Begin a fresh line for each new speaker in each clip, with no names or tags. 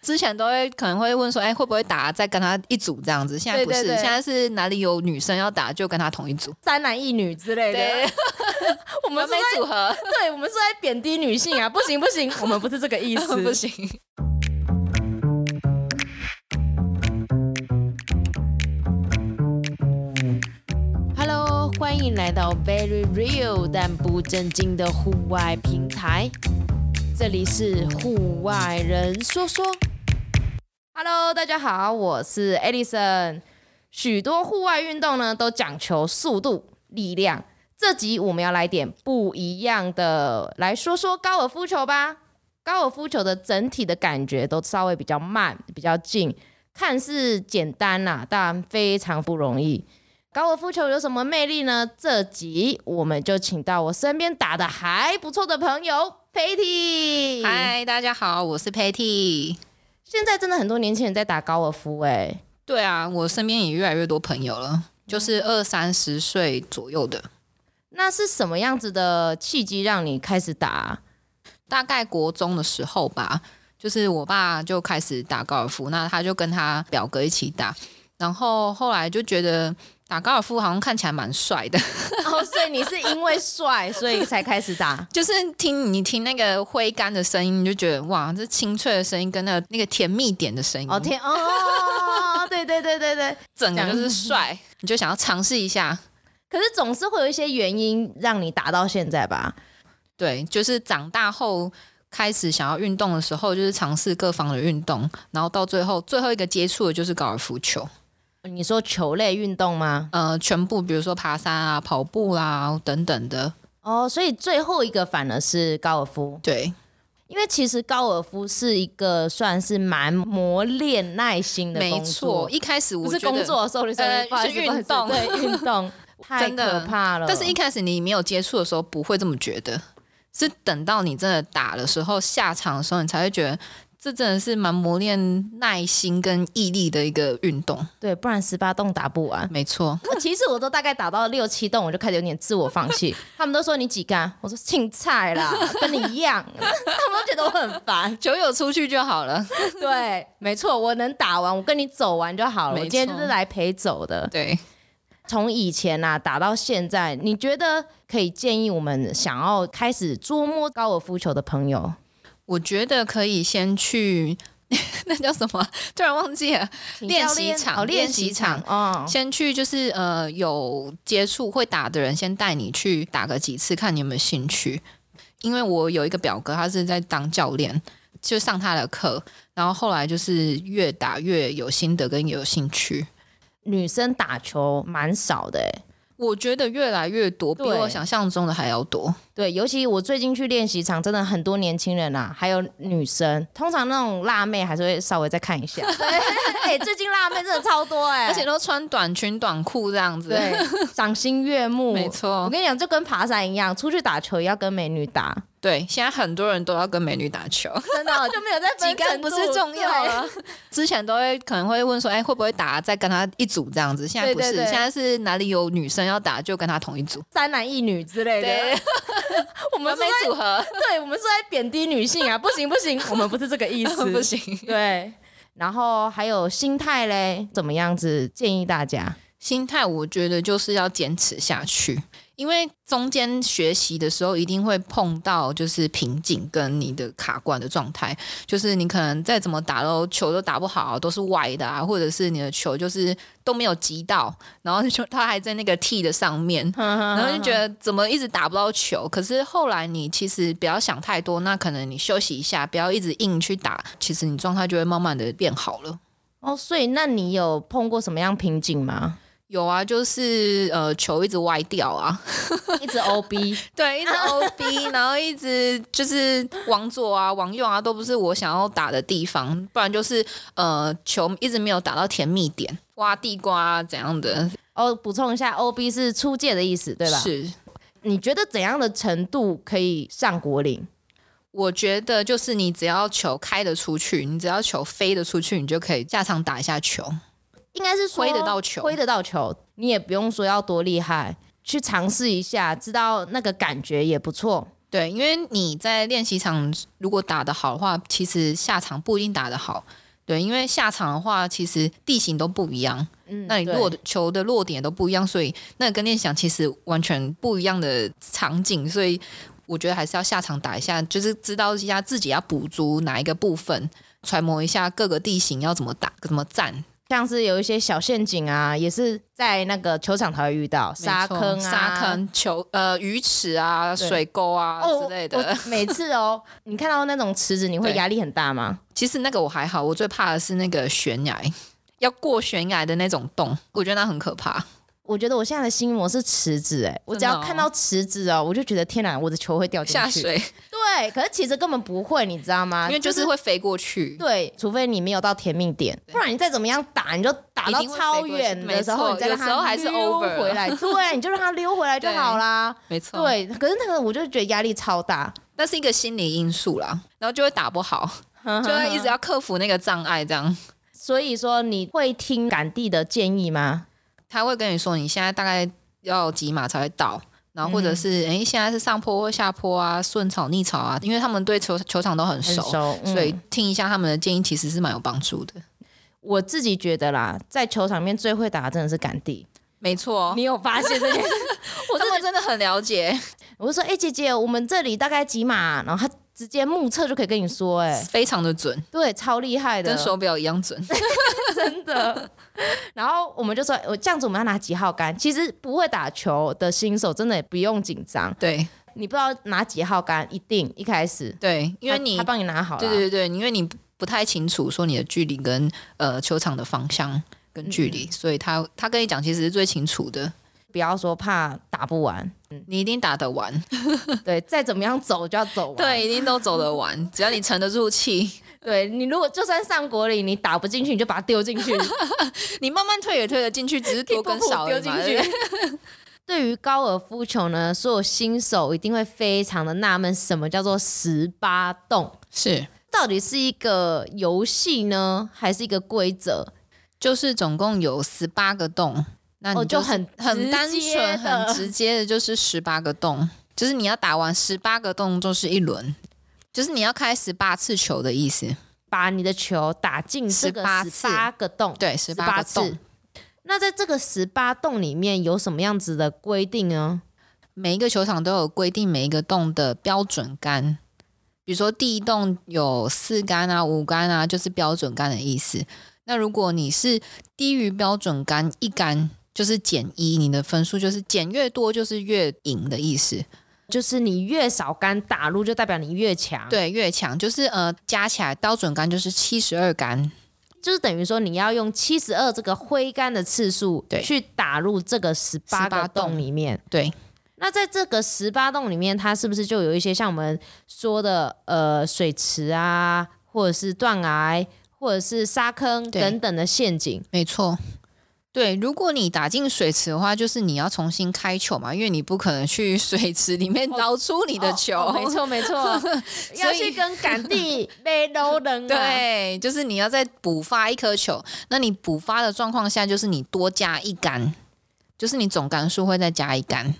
之前都会可能会问说，哎、会不会打再跟他一组这样子？现在不是，
对对对
现在是哪里有女生要打就跟他同一组，
三男一女之类
对
的，，
我
我
们
们是在
没组合，
对，我们是在贬低女性啊！不行不行， 我们不是这个意思。
不行。
Hello，欢迎来到 Very Real 但不正经的户外平台，这里是户外人说说。Hello，大家好，我是 Alison。许多户外运动呢都讲求速度、力量。这集我们要来点不一样的，来说说高尔夫球吧。高尔夫球的整体的感觉都稍微比较慢、比较近，看似简单啦、但非常不容易。高尔夫球有什么魅力呢？这集我们就请到我身边打的还不错的朋友 Patty。
嗨，大家好，我是 Patty。
现在真的很多年轻人在打高尔夫、哎，
对啊，我身边也越来越多朋友了，就是二三十岁左右的。
那是什么样子的契机让你开始打啊、
大概国中的时候吧，就是我爸就开始打高尔夫，那他就跟他表哥一起打，然后后来就觉得打高尔夫好像看起来蛮帅的，。
哦，所以你是因为帅，所以才开始打
就是听你听那个挥杆的声音，你就觉得哇，这清脆的声音跟那个那个甜蜜点的声音，
哦天哦，对对对对对。
整个就是帅，你就想要尝试一下。
可是总是会有一些原因让你打到现在吧？
对，就是长大后开始想要运动的时候，就是尝试各方的运动，然后到最后最后一个接触的就是高尔夫球。
你说球类运动吗？
呃，全部比如说爬山啊、跑步啦、等等的，
哦，所以最后一个反而是高尔夫，
对
因为其实高尔夫是一个算是蛮磨练耐心的
没
工
错。
作，
一开始我
不是
觉得
工，作
呃
，sorry sorry，不好意思、
是
不好意思
运动
对运动太
真的
可怕了。
但是一开始你没有接触的时候不会这么觉得，是等到你真的打的时候下场的时候，你才会觉得这真的是蛮磨练耐心跟毅力的一个运动。
对，不然十八洞打不完。
没错，
我其实我都大概打到六七栋，我就开始有点自我放 弃。他们都说你几杆，我说青菜 啦，跟你一样。啊 他们都觉得我很烦。
酒友出去就好了。
对，没错，我能打完，我跟你走完就好了。我
没
今天就
错
是来陪走的。
对。
从以前啊打到现在，你觉得可以建议我们想要开始捉摸高尔夫球的朋友，
我觉得可以先去， 那叫什么？啊突然忘记了。
请教练
练习场
哦，练
练
习
习场
场哦。
先去就是呃有接触会打的人，先带你去打个几次，看你有没有兴趣。因为我有一个表哥，他是在当教练，就上他的课，然后后来就是越打越有心得跟有兴趣。
女生打球蛮少的、欸，
我觉得越来越多，比
对
我想象中的还要多。
对，尤其我最近去练习场，真的很多年轻人啊，还有女生，通常那种辣妹还是会稍微再看一下。 哎、最近辣妹真的超多哎、
而且都穿短裙短裤这样子，
对，赏心悦目。
没
我
错，
跟你讲，就跟爬山一样，出去打球也要跟美女打，
对，现在很多人都要跟美女打球。
真的哦就没有在
几杆不是重要
啊
了。之前都会可能会问说，哎、会不会打再跟他一组这样子？现在不是，
对对对
现在是哪里有女生要打就跟他同一组，
三男一女之类
对
的。，
我
我
们
们是在
没组合，
对，我们是在贬低女性啊！不行不行，我 们不是这个 意思。
不行。
对，然后还有心态嘞，怎么样子建议大家？
心态我觉得就是要坚持下去，因为中间学习的时候一定会碰到就是瓶颈跟你的卡关的状态，就是你可能再怎么打都球都打不好，都是歪的啊，或者是你的球就是都没有击到，然后就它还在那个 T 的上面， 然
然
后就觉得怎么一直打不到球，可是后来你其实不要想太多，那可能你休息一下，不要一直硬去打，其实你状态就会慢慢的变好了。
哦，所以那你有碰过什么样瓶颈 吗？
有啊，就是呃球一直歪掉啊，
一直 OB，
对，一
啊
直 OB，然后一直就是往左啊、往右啊，都不是我想要打的地方，不然就是呃球一直没有打到甜蜜点，挖地瓜啊怎样的，
哦，补充一下，OB 是出界的意思，对吧？。
是，
你觉得怎样的程度可以上果岭？
我觉得就是你只要球开得出去，你只要球飞得出去，你就可以下场打一下球。
应该是说
挥得到球
挥得到球，你也不用说要多厉害，去尝试一下，知道那个感觉也不错。
对，因为你在练习场如果打得好的话，其实下场不一定打得好。对，因为下场的话，其实地形都不一样，
嗯，
那你
对
落的球的落点都不一样，所以那跟练习场其实完全不一样的场景，所以我觉得还是要下场打一下，就是知道一下自己要补足哪一个部分，揣摩一下各个地形要怎么打、怎么站，
像是有一些小陷阱啊，也是在那个球场才会遇到沙
没错
坑啊、
沙坑、球呃鱼池啊、
对
水沟啊
哦
之类的。。
我每次哦，你看到那种池子，你会
对
压力很大吗？
其实那个我还好，我最怕的是那个悬崖，要过悬崖的那种洞，我觉得那很可怕。
我觉得我现在的心魔是池子，哎，我只要
真的哦
看到池子哦，我就觉得天哪，我的球会掉进
下
去。
水，
对，可是其实根本不会，你知道吗？
因为就是会飞过去。
对，除非你没有到甜蜜点，不然你再怎么样打，你就打
一
到
定会
超
飞过去
远的
没
时候，
错
你再让
有时候
它
还是
溜
over
回 来。对，你就让它溜回来就
对
好啦。
没错，，
对，可是那个我就觉得压力超大，
那是一个心理因素啦，然后就会打不 好，就会一直要克服那个障碍，这样。
所以说你会听感地的建议吗？
他会跟你说你现在大概要几码才会到，然后或者
嗯
是诶，现在是上坡或下坡啊，顺草逆草啊，因为他们对球球场都很
很
熟，
熟，嗯
所以听一下他们的建议其实是蛮有帮助的。
我自己觉得啦，在球场里面最会打的真的是感地。
没错，
你有发现这件事？
我他们真的很了解，
我就说，哎、姐姐，我们这里大概几码？然后他直接目测就可以跟你说、哎，
非常的准，
对，超厉害的
跟，手表一样准。
真的。然后我们就说，我这样子我们要拿几号杆？其实不会打球的新手真的也不用紧张，
对
你不知道拿几号杆，一定一开始，
对，因为
他
你
他帮你拿好了，
对对对，因为你不不太清楚说你的距离跟呃球场的方向跟距离，所以他他跟你讲其实是最清楚的，
不要说怕打 不完，
你一定打得完，
对，再怎么样走就要走完。
对，一定都走得 完，只要你沉得住气，
对你如果就算上国里，你打不进去，你就把它丢进去，
你慢慢退也退得进去，只是
一
多
步
跟
步
少而
丢
已
进
嘛。对不对
去。对 于高尔夫球呢，所有新手一定会非常的纳闷，什么叫做十八洞？
是，
到底是一个游戏呢，还是一个规则？
就是总共有十八个洞，那
哦，
你
就是很
很单
直接
纯、
的
很直接的，就是十八个洞，就是你要打完十八个洞就是一轮，就是你要开十八次球的意思。
把你的球打进这个
18
十八个洞，
对，十八个
次
洞，
那在这个十八洞里面有什么样子的规定呢？
每一个球场都有规定每一个洞的标准杆。比如说第一洞有四杆啊、五杆啊，就是标准杆的意思。那如果你是低于标准杆一杆，就是减一，你的分数就是减越多就是越赢的意思。
就是你越少杆打入，就代表你越强。
对，越强就是呃加起来标准杆就是七十二杆，
就是等于说你要用七十二这个挥杆的次数，
对
去打入这个十八个
18
洞
洞
里面。
对，
那在这个十八洞里面，它是不是就有一些像我们说的呃水池啊，或者是断崖，或者是沙坑
对
等等的陷阱？
没错，对，如果你打进水池的话，就是你要重新开球嘛，因为你不可能去水池里面捞出你的球。
哦哦没错没 错，要
所以
去跟赶 地被楼人啊。
对，就是你要再补发一颗球，那你补发的状况下，就是你多加一杆，就是你总杆数会再加一杆。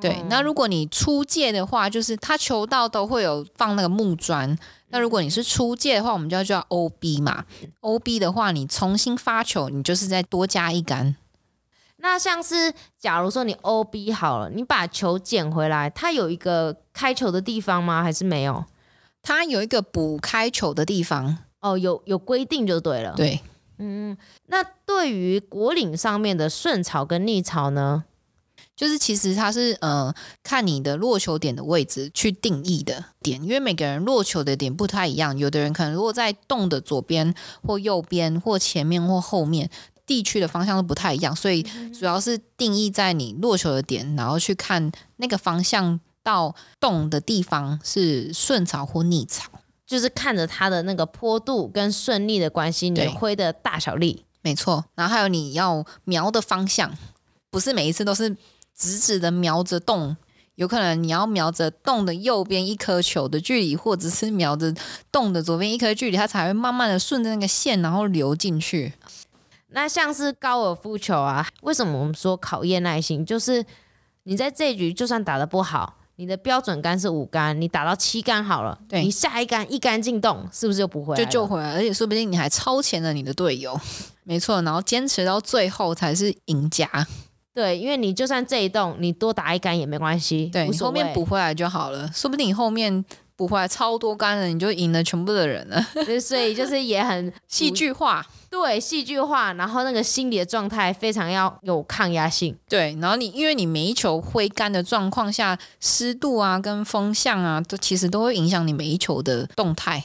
对，那如果你出界的话，就是它球道都会有放那个木砖。那如果你是出界的话，我们就要叫 OB 嘛。OB 的话，你重新发球，你就是再多加一杆。
那像是假如说你 OB 好了，你把球捡回来，它有一个开球的地方吗？还是没有？
它有一个补开球的地方，
哦，有有规定就对了。
对，
那对于果岭上面的顺潮跟逆潮呢？
就是其实它是呃看你的落球点的位置去定义的点，因为每个人落球的点不太一样，有的人可能落在洞的左边或右边或前面或后面。地区的方向都不太一样，所以主要是定义在你落球的点，然后去看那个方向到洞的地方是顺潮或逆潮。
就是看着它的那个坡度跟顺力的关系，你
对
挥的大小力。
没错，然后还有你要瞄的方向，不是每一次都是直直的瞄着洞，有可能你要瞄着洞的右边一颗球的距离，或者是瞄着洞的左边一颗距离，它才会慢慢的顺着那个线，然后流进去。
那像是高尔夫球啊，为什么我们说考验耐心？就是你在这一局就算打得不好，你的标准杆是五杆，你打到七杆好了，
对
你下一杆一杆进洞，是不是就不会
就救回来，而且说不定你还超前了你的队友，没错，然后坚持到最后才是赢家，
对，因为你就算这一洞你多打一杆也没关系，
对
无
你
所
后
谓
面补回来就好了，说不定你后面补回来超多杆了，你就赢了全部的人了，
对所以就是也很
戏剧化，
对戏剧化，然后那个心理的状态非常要有抗压性，
对，然后你因为你每一球挥杆的状况下，湿度啊跟风向啊，都其实都会影响你每一球的动态。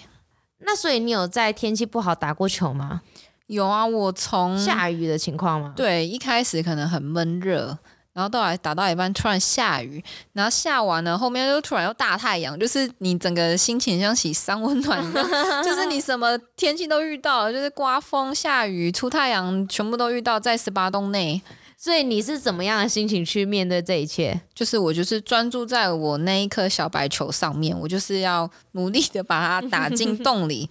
那所以你有在天气不好打过球吗？
有啊，我从
下雨的情况吗？
对一开始可能很闷热，然后到来打到一半突然下雨，然后下完了后面又突然又大太阳，就是你整个心情像洗三温暖一 样，就是你什么天气都遇到了，就是刮风、下雨、出太阳，全部都遇到在十八洞内。
所以你是怎么样的心情去面对这一切？
就是我就是专注在我那一颗小白球上面，我就是要努力的把它打进洞里。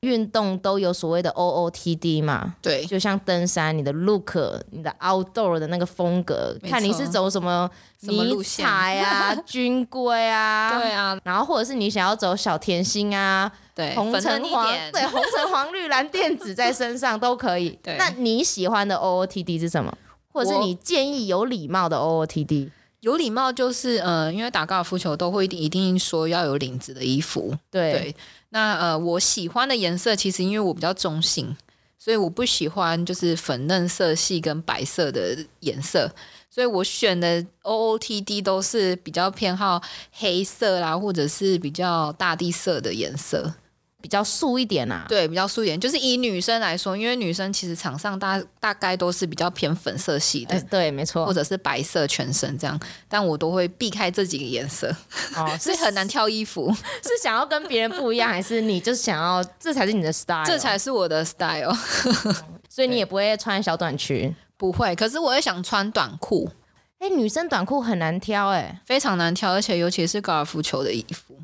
运动都有所谓的 OOTD 嘛，
对
就像登山，你的 look、你的 outdoor 的那个风格，
没错
看你是走什么
什么
迷
路线
彩 啊、军规啊，
对啊，
然后或者是你想要走小甜心啊，
对，
红
粉嫩
橙
一
黄，
点
对，啊红橙黄绿蓝靛紫在身上都可以。
对
那你喜欢的 OOTD 是什么？或者是
我
你建议有礼貌的 OOTD？
有礼貌就是呃，因为打高尔夫球都会一定一定说要有领子的衣服。
对，
对，那呃，我喜欢的颜色其实因为我比较中性，所以我不喜欢就是粉嫩色系跟白色的颜色，所以我选的 OOTD 都是比较偏好黑色啦，或者是比较大地色的颜色。
比较素一点啊。
对，比较素颜，就是以女生来说，因为女生其实场上大大概都是比较偏粉色系的，
呃对，没错
或。者是白色全身这样，但我都会避开这几个颜色，
哦，
所以很难挑衣服，
是想要跟别人不一样，还是你就是想要这才是你的 style？
这，才是我的 style。
所以你也不会穿小短裙。
不会，可是我也想穿短裤，
哎、女生短裤很难挑哎、
非常难挑，而且尤其是高尔夫球的衣服，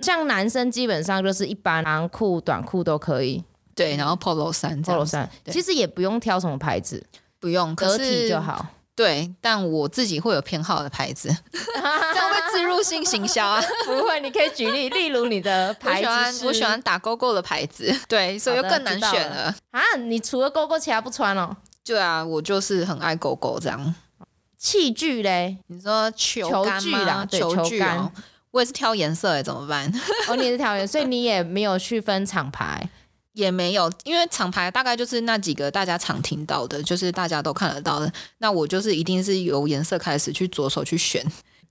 像男生基本上就是一般长裤、短裤都可以
对，然后 polo 衫这样
嗯，polo 衫，
对
其实也不用挑什么牌子，
不用，可是
得体就。好。
对，但我自己会有偏好的牌子，这样会自入性行销啊。
不会，你可以举例，例如你的
我
牌
喜
子
欢
是
我喜欢打勾勾的牌子，对，所以
好
就
的
更难
知道
选
了
了。
啊，你除了勾勾，其他不穿哦。
对啊，我就是很爱狗狗这样。
器具嘞？
你说球
球
杆
具
吗
啦对
球
球
具哦，我也是挑颜色哎，怎么办？
哦，你也是条员，所以你也没有去分厂牌。
也没有，因为厂牌大概就是那几个大家常听到的，就是大家都看得到的。那我就是一定是由颜色开始去着手去选。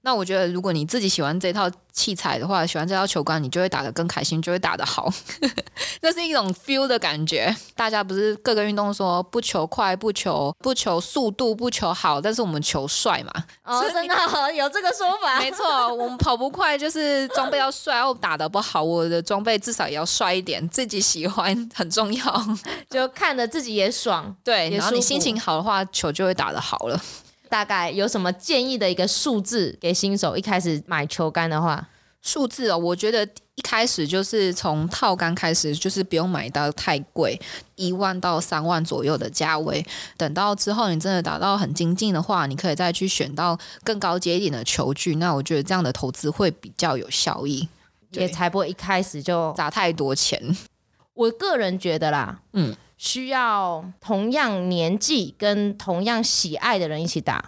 那我觉得，如果你自己喜欢这套器材的话，喜欢这套球杆，你就会打得更开心，就会打得好。 那是一种 feel 的感觉。大家不是各个运动说不求快，不求不求速度，不求好，但是我们求帅嘛。
哦，真的哦有这个说 法
没错，我们跑不快，就是装备要帅，我打得不好，我的装备至少也要帅一点，自己喜欢很重要。
就看着自己也爽。
对，
也
然后你
舒服
心情好的话，球就会打得好了。
大概有什么建议的一个数字给新手？一开始买球杆的话，
数字哦，我觉得一开始就是从套杆开始，就是不用买到太贵，一万到三万左右的价位。等到之后你真的打到很精进的话，你可以再去选到更高阶一点的球具。那我觉得这样的投资会比较有效益，对
也才不会一开始就。
砸太多钱。
我个人觉得啦，嗯
嗯，
需要同样年纪跟同样喜爱的人一起打。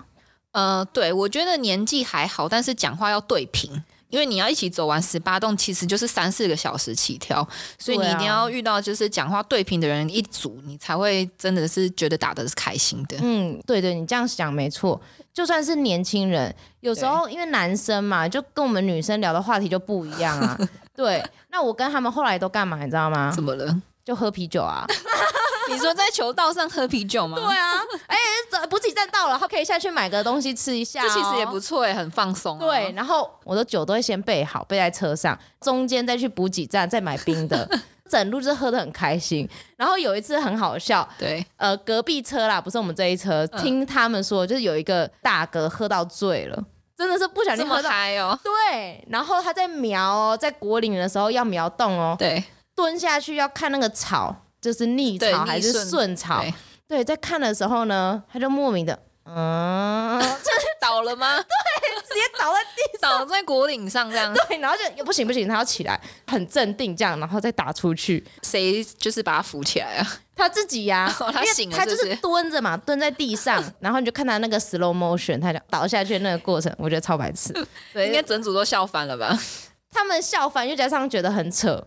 呃，对，我觉得年纪还好，但是讲话要对平，因为你要一起走完十八洞，其实就是三四个小时起跳，所以你
对啊
一定要遇到就是讲话对平的人一组，你才会真的是觉得打的是开心的。
嗯，对对，你这样想没错。就算是年轻人，有时候因为男生嘛，就跟我们女生聊的话题就不一样 啊。对，那我跟他们后来都干嘛，你知道吗
怎？么了？
就喝啤酒啊。
你说在球道上喝啤酒吗？
对啊，哎、走补给站到了，可以下去买个东西吃一下、哦
这其实也不。错哎，很放松、
对，，然后我的酒都会先备好，备在车上，中间再去补给站再买冰的， 整路就是喝得很开心。然后有一次很好笑，
对，
呃，隔壁车啦，不是我们这一车，
嗯
听他们说，就是有一个大哥喝到醉了，真的是不小
这
心
么
喝到。
嗨哦。
对，然后他在瞄哦，在果岭的时候要瞄动哦，
对
蹲下去要看那个草，就是逆
对
草还
逆
是
顺
顺草。
对
对，在看的时候呢，他就莫名的，嗯，
倒了吗？
直接倒在 地
倒在果岭上这样，
对，然后就不行不行，他要起来，很镇定这样，然后再打出去。
谁就是把他扶起来啊？
他自己呀、
哦他
因为
醒了
他就是
不是
蹲着嘛，蹲在地上，然后你就看他那个 slow motion，他就倒下去那个过程，我觉得超 白痴。
应该
对，
整组都笑翻了吧？
他们笑翻，又加上觉得很扯，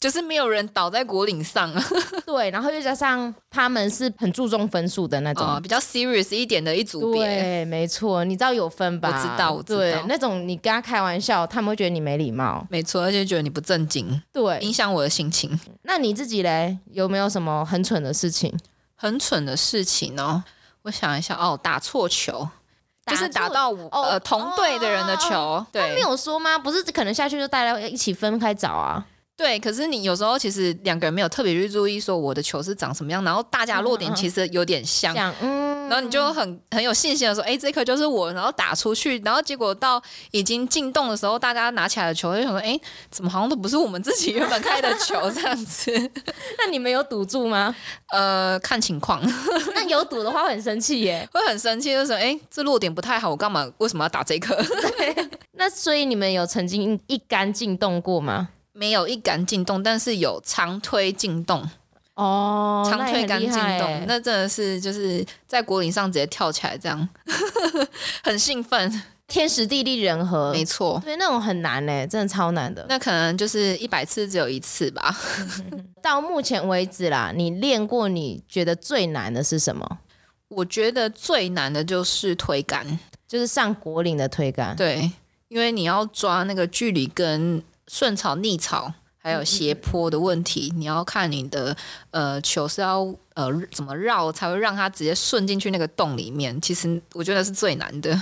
就是没有人倒在果岭上啊，
对，然后又加上他们是很注重分数的那种。
哦，比较 serious 一点的一组别，
对，没错，你知道有分吧？
我知道我知道
对，那种你跟他开玩笑，他们会觉得你没礼貌。
没错，而且觉得你不正经，
对，
影响我的心情。
那你自己嘞，有没有什么很蠢的事情？
很蠢的事情哦，我想一下，哦，打错球，就是打
错
到我、
哦
呃同队的人的球，
他没
对
有说吗？不是可能下去就大家一起分开找啊？
对。可是你有时候其实两个人没有特别去注意说我的球是长什么样，然后大家
嗯
落点其实有点像。
这样，嗯，
然后你就很很有信心的说，哎、这颗就是我，然后打出去，然后结果到已经进洞的时候，大家拿起来的球就想说，哎、怎么好像都不是我们自己原本开的球这样子？
那你们有赌注吗？
呃，看情况
那有赌的话会很生气耶。
会很生气，就是说，哎、这落点不太好，我干嘛为什么要打这颗？
那所以你们有曾经一杆进洞过吗？
没有一杆进洞，但是有长推进洞，
哦，
长推杆进洞，
那
那真的是就是在果岭上直接跳起来这样， 很兴奋，
天时地利人和，
没错。
对，那种很难嘞，真的超难的。
那可能就是一百次只有一次吧。
到目前为止啦，你练过你觉得最难的是什么？
我觉得最难的就是推杆，
就是上果岭的推杆。
对，因为你要抓那个距离跟顺潮、逆潮，还
嗯
有斜坡的问题，你要看你的呃球是要呃怎么绕才会让它直接顺进去那个洞里面。其实我觉得是最难的，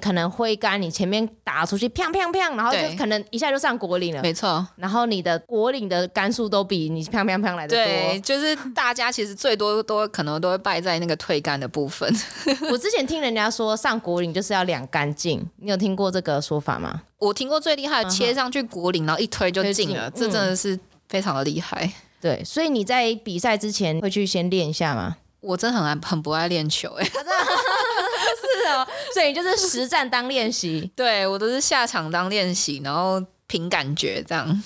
可能挥杆，你前面打出去，砰砰砰，然后
对
就可能一下就上果岭了。
没错。
然后你的果岭的杆数都比你砰砰砰来的
对，
多。
就是大家其实最多都会可能都会败在那个推杆的部分。
我之前听人家说上果岭就是要两杆进，你有听过这个说法吗？
我听过最厉害的
嗯哼
切上去果岭，然后一推就
推
进
进
了，
嗯
这真的是非常的厉害。
对，所以你在比赛之前会去先练一下吗？
我真的很爱很不爱练球、欸，
是哦， 所以你就是实战当练习。
对我都是下场当练习，然后凭感觉这样。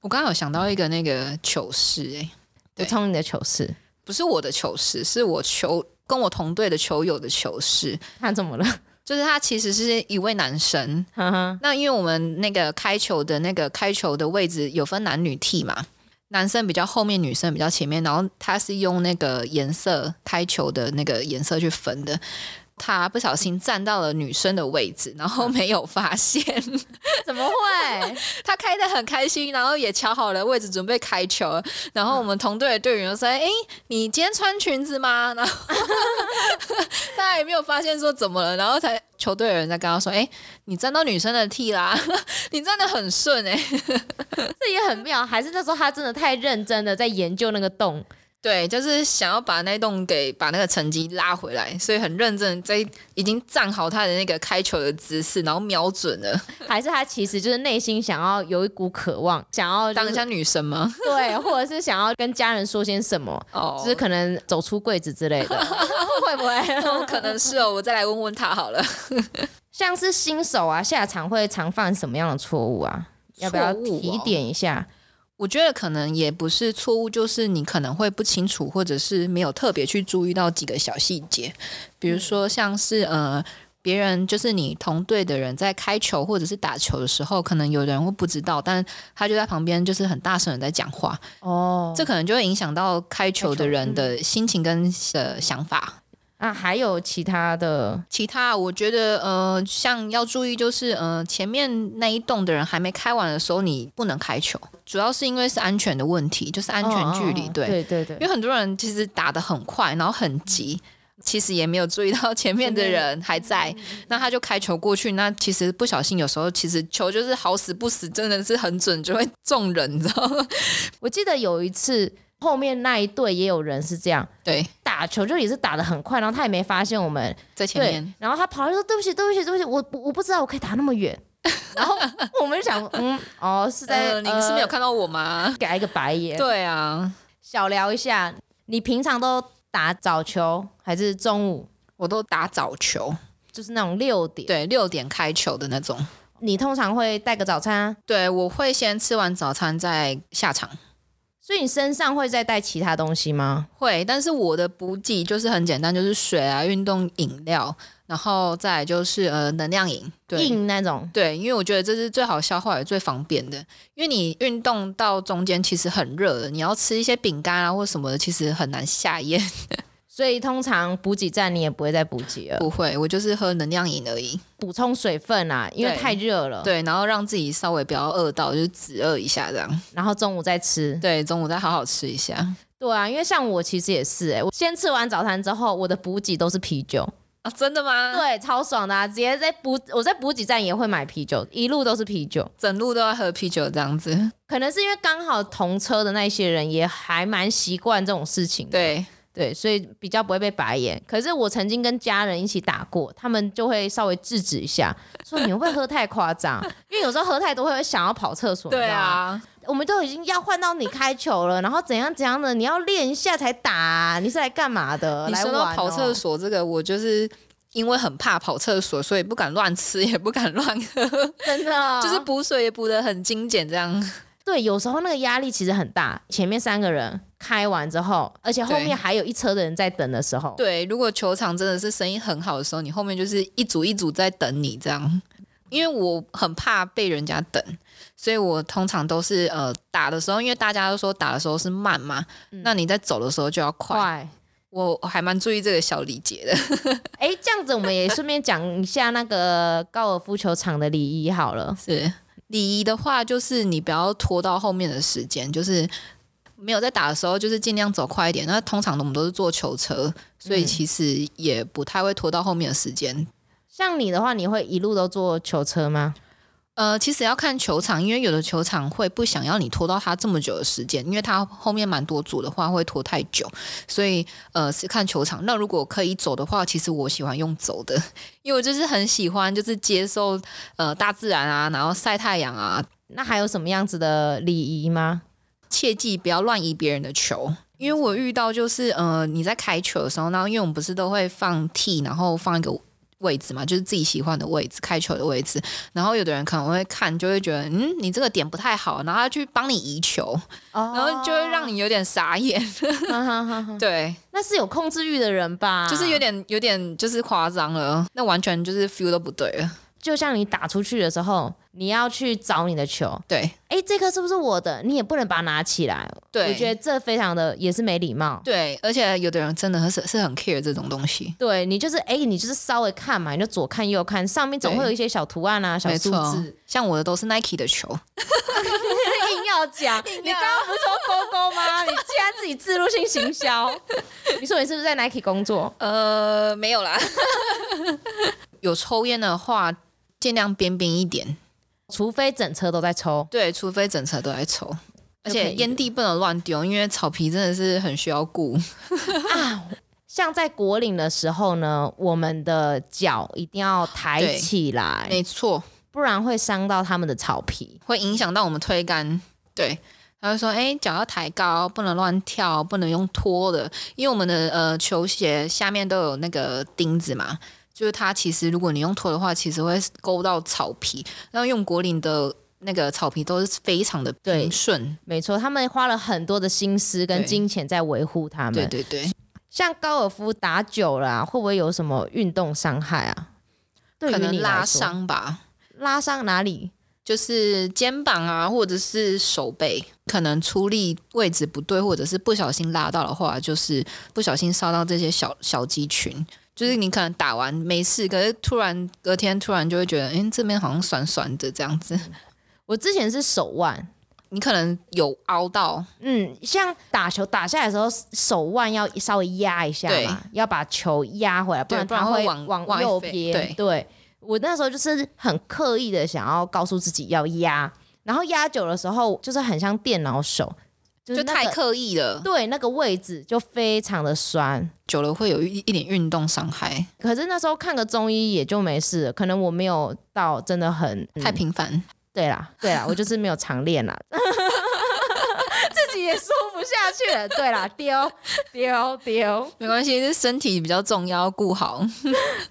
我刚刚有想到一个那个糗事、欸，
补
对
充你的糗事，
不是我的糗事，是我球跟我同队的球友的糗事，
他怎么了？
就是他其实是一位男生，
哈哈，
那因为我们那个开球的那个开球的位置有分男女替嘛，男生比较后面，女生比较前面，然后他是用那个颜色开球的那个颜色去分的。他不小心站到了女生的位置，然后没有发现。
怎么会？
他开的很开心，然后也瞧好了位置，准备开球了。然
嗯
后我们同队的队员就说：“哎、你今天穿裙子吗？” 然后大家也没有发现说怎么了，然后才球队的人在跟他说：“哎、你站到女生的替啦， 你站的很顺哎、
这也很妙，还是那时候他真的太认真的在研究那个洞，
对，就是想要把那栋给把那个成绩拉回来，所以很认真地在已经站好他的那个开球的姿势，然后瞄准了。
还是他其实就是内心想要有一股渴望，想要、就
当
是
一下女生吗？
对，或者是想要跟家人说些什么，
哦，
就是可能走出柜子之类 的，会不会？
可能是哦，我再来问问他好了。
像是新手啊，下场会常犯什么样的错误啊？要不要
错误哦
提点一下？
我觉得可能也不是错误，就是你可能会不清楚，或者是没有特别去注意到几个小细节，比
嗯
如说像是呃。别人就是你同队的人，在开球或者是打球的时候，可能有人会不知道，但他就在旁边，就是很大声的在讲话，
哦，
这可能就会影响到开球的人
嗯
的心情跟呃想法。
那、啊还有其他的
其他我觉得呃，像要注意就是呃，前面那一栋的人还没开完的时候，你不能开球，主要是因为是安全的问题，就是安全距离，
哦哦哦
对，
对对
因为很多人其实打得很快，然后很急。其实也没有注意到前面嗯的人还在，那他就开球过去。那其实不小心，有时候其实球就是好死不死，真的是很准，就会中人，你知道吗？
我记得有一次后面那一队也有人是这样
对，
打球，就也是打的很快，然后他也没发现我们，
在前
对
面，，
然后他跑来说：“对不起，对不起，对不起，我我不知道我可以打那么远。”然后我们就想，嗯，哦，是在、
呃，你是没有看到我吗？
改一个白眼，
对啊，
小聊一下，你平常都打早球还是中午？
我都打早球，
就是那种六点。
对，六点开球的那种。
你通常会带个早餐啊，
对，我会先吃完早餐再下场。
所以你身上会再带其他东西吗？
会，但是我的补给就是很简单，就是水啊、运动饮料，然后再来就是呃能量饮。对，
硬那种，
对，因为我觉得这是最好消化也最方便的，因为你运动到中间其实很热的，你要吃一些饼干啊或什么的，其实很难下咽。
所以通常补给站你也不会再补给了，
不会，我就是喝能量饮而已。
补充水分啊，因为
对
太热了。，
对，然后让自己稍微不要饿到，就是止饿一下这样。
然后中午再吃。
对，中午再好好吃一下。
对啊，因为像我其实也是、欸，我先吃完早餐之后，我的补给都是啤酒，
啊，真的吗？，
对，超爽的啊！直接在补，我在补给站也会买啤酒，一路都是啤酒。
整路都要喝啤酒这样子。
可能是因为刚好同车的那些人也还蛮习惯这种事情的，
对，
对，所以比较不会被白眼。可是我曾经跟家人一起打过，他们就会稍微制止一下， 说你会不会喝太夸张？因为有时候喝太多会想要跑厕所。你
对
知道吗，
啊，
我们都已经要换到你开球了，然后怎样怎样的，你要练一下才打啊、你是来干嘛的？
你
来
说
玩
到
哦
跑厕所这个，我就是因为很怕跑厕所，所以不敢乱吃，也不敢乱喝，
真的啊
就是补水也补得很精简，这样。
对，有时候那个压力其实很大。前面三个人开完之后，而且后
对
面还有一车的人在等的时候，
对，如果球场真的是生意很好的时候，你后面就是一组一组在等你这样。因为我很怕被人家等，所以我通常都是呃打的时候，因为大家都说打的时候是慢嘛，
嗯
那你在走的时候就要快。
快。
我我还蛮注意这个小礼节的。
哎，这样子我们也顺便讲一下那个高尔夫球场的礼仪好 了。
是礼仪的话，就是你不要拖到后面的时间，就是没有在打的时候，就是尽量走快一点。那通常我们都是坐球车，所以
嗯
其实也不太会拖到后面的时间。
像你的话，你会一路都坐球车吗？
呃，其实要看球场，因为有的球场会不想要你拖到他这么久的时间，因为他后面蛮多组的话会拖太久，所以呃是看球场。那如果可以走的话，其实我喜欢用走的， 因为我就是很喜欢就是接受呃大自然啊，然后晒太阳啊
那还有什么样子的礼仪吗？
切记不要乱移别人的球。因为我遇到就是呃，你在开球的时候，然后因为我们不是都会放 T，然后放一个位置嘛，就是自己喜欢的位置，开球的位置。然后有的人可能会看，就会觉得嗯，你这个点不太好，然后他去帮你移球，
哦嗯
然后就会让你有点傻眼。 对，
那是有控制欲的人吧？
就是有，点有点就是夸张了，那完全就是 feel 都不对了。
就像你打出去的时候，你要去找你的球，
对
哎，这颗是不是我的？你也不能把它拿起来。
对，
我觉得这非常的也是没礼貌。
对，而且有的人真的是是很 care 这种东西。
对你就是哎、你就是稍微看嘛，你就左看右看，上面总
对
会有一些小图案啊、小
没
数
错
字，，
像我的都是 Nike 的球，
硬 要讲。你刚刚不是说勾勾吗？你竟然自己自入性行销，你说你是不是在 Nike 工作？
呃，没有啦。 有抽烟的话，尽量边边一点。
除非整车都在抽，
对，除非整车都在抽，而
就可
且
以
烟蒂不能乱丢，因为草皮真的是很需要顾。
像在国岭的时候呢，我们的脚一定要抬
对
起来，
没错，
不然会伤到他们的草皮。
会影响到我们推杆。对，他会说：“哎、脚要抬高，不能乱跳，不能用拖的，因为我们的呃球鞋下面都有那个钉子嘛。”就是它其实，如果你用拖的话，其实会勾到草皮。然后用果岭的那个草皮都是非常的
对
平顺。
没错，他们花了很多的心思跟
对
金钱在维护他
对
们。
对对，
像高尔夫打久了、啊，会不会有什么运动伤害啊？对于
可
你
能
来
拉
说，
伤吧，
拉伤哪里？
就是肩膀啊，或者是手背，可能出力位置不对，或者是不小心拉到的话，就是不小心烧到这些小小肌群。就是你可能打完没事，可是突然隔天突然就会觉得，哎、这边好像酸酸的这样子。
我之前是手腕，
你可能有凹到，
嗯，像打球打下来的时候，手腕要稍微压一下嘛，要把球压回来，不
对
然
不然
它
会
往
往
往
外
右
飞
边。
对
我那时候就是很刻意的想要告诉自己要压，然后压久的时候就是很像电脑手，就
就
是、嗯那
太
个
刻意了，
对那个位置就非常的酸。
久了会有一一点运动伤害，
可是那时候看个中医也就没事了，可能我没有到真的很
太频繁。
对啦，对啦，我就是没有常练啦。自己也说不下去了。对啦，丢丢丢，
没关系，是身体比较重要，要顾好。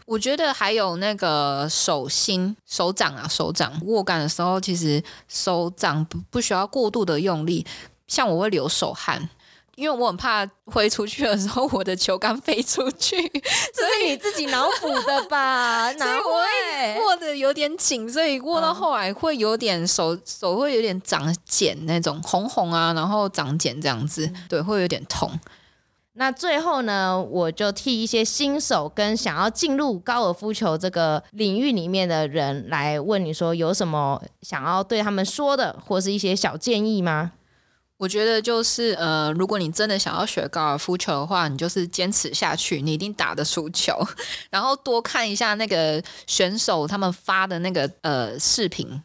我觉得还有那个手心、手掌啊，手掌握感的时候，其实手掌不不需要过度的用力，像我会流手汗。因为我很怕挥出去的时候，我的球杆飞出去，
这是你自己脑补的
所
吧？
以
哪
我会
会？
握的有点紧，所以握到
嗯
后来会有点手手会有点长茧那种红红啊，然后长茧这样子，对，会有点痛。
那最后呢，我就替一些新手跟想要进入高尔夫球这个领域里面的人来问你说，有什么想要对他们说的，或是一些小建议吗？
我觉得就是呃，如果你真的想要学高尔夫球的话，你就是坚持下去，你一定打得出球。 然后多看一下那个选手他们发的那个呃视频。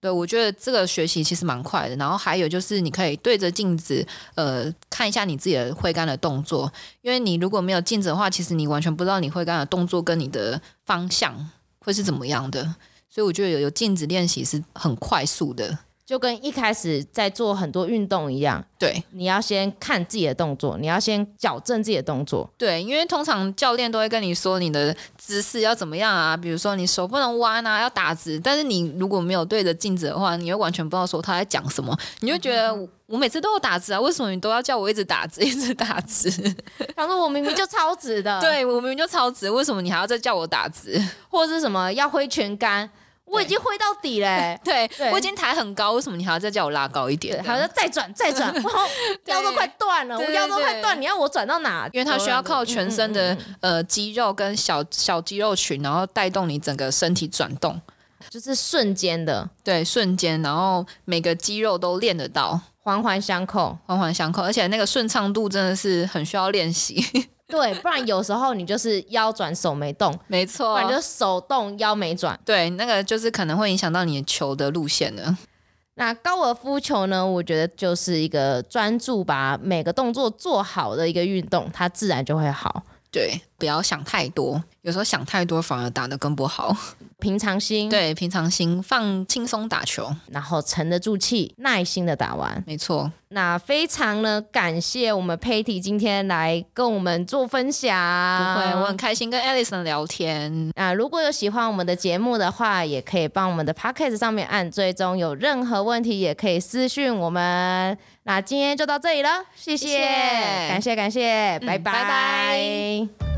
对，我觉得这个学习其实蛮快的。然后还有就是，你可以对着镜子，呃，看一下你自己的挥杆的动作，因为你如果没有镜子的话，其实你完全不知道你挥杆的动作跟你的方向会是怎么样的。所以我觉得有有镜子练习是很快速的。
就跟一开始在做很多运动一样，
对，
你要先看自己的动作，你要先矫正自己的动作。
对，因为通常教练都会跟你说你的姿势要怎么样啊，比如说你手不能弯啊，要打直。但是你如果没有对着镜子的话，你会完全不知道说他在讲什么，你就觉
嗯
得我我每次都有打直啊，为什么你都要叫我一直打直，一直打 直？
他说我明明就超直的，，
对我明明就超直，为什么你还要再叫我打直？
或者是什么要挥拳杆，我已经挥到底嘞、
对
对
我已经抬很高，为什么你还要再叫我拉高一点？
好像再转 再转，我腰都快断了，我
啊对
腰都快断，你要我转到哪？
因为它需要靠全
嗯
身的呃肌肉跟小小肌肉群，然后带动你整个身体转动。
就是瞬间的，
对，瞬间，然后每个肌肉都练得到，
环环相扣。
环环相扣，而且那个顺畅度真的是很需要练习。
对，不然有时候你就是腰转手没 动，
没
不
错
然，就手动腰没转。
对，那个就是可能会影响到你的球的路线了。
那高尔夫球呢？我觉得就是一个专注把每个动作做好的一个运动，它自然就会好。
对，不要想太多，有时候想太多反而打得更不好。
平常心，，
对，平常心，放轻松打球。
然后沉得住气，耐心的打完。
没错，
那非常呢，感谢我们 Patty 今天来跟我们做分享。
不会，
啊
我很开心跟 Alison 聊天。
那如果有喜欢我们的节目的话，也可以帮我们的 podcast 上面按追踪，有任何问题也可以私讯我们。那今天就到这里了，谢谢，
谢谢
感谢感谢，
嗯
拜拜
拜拜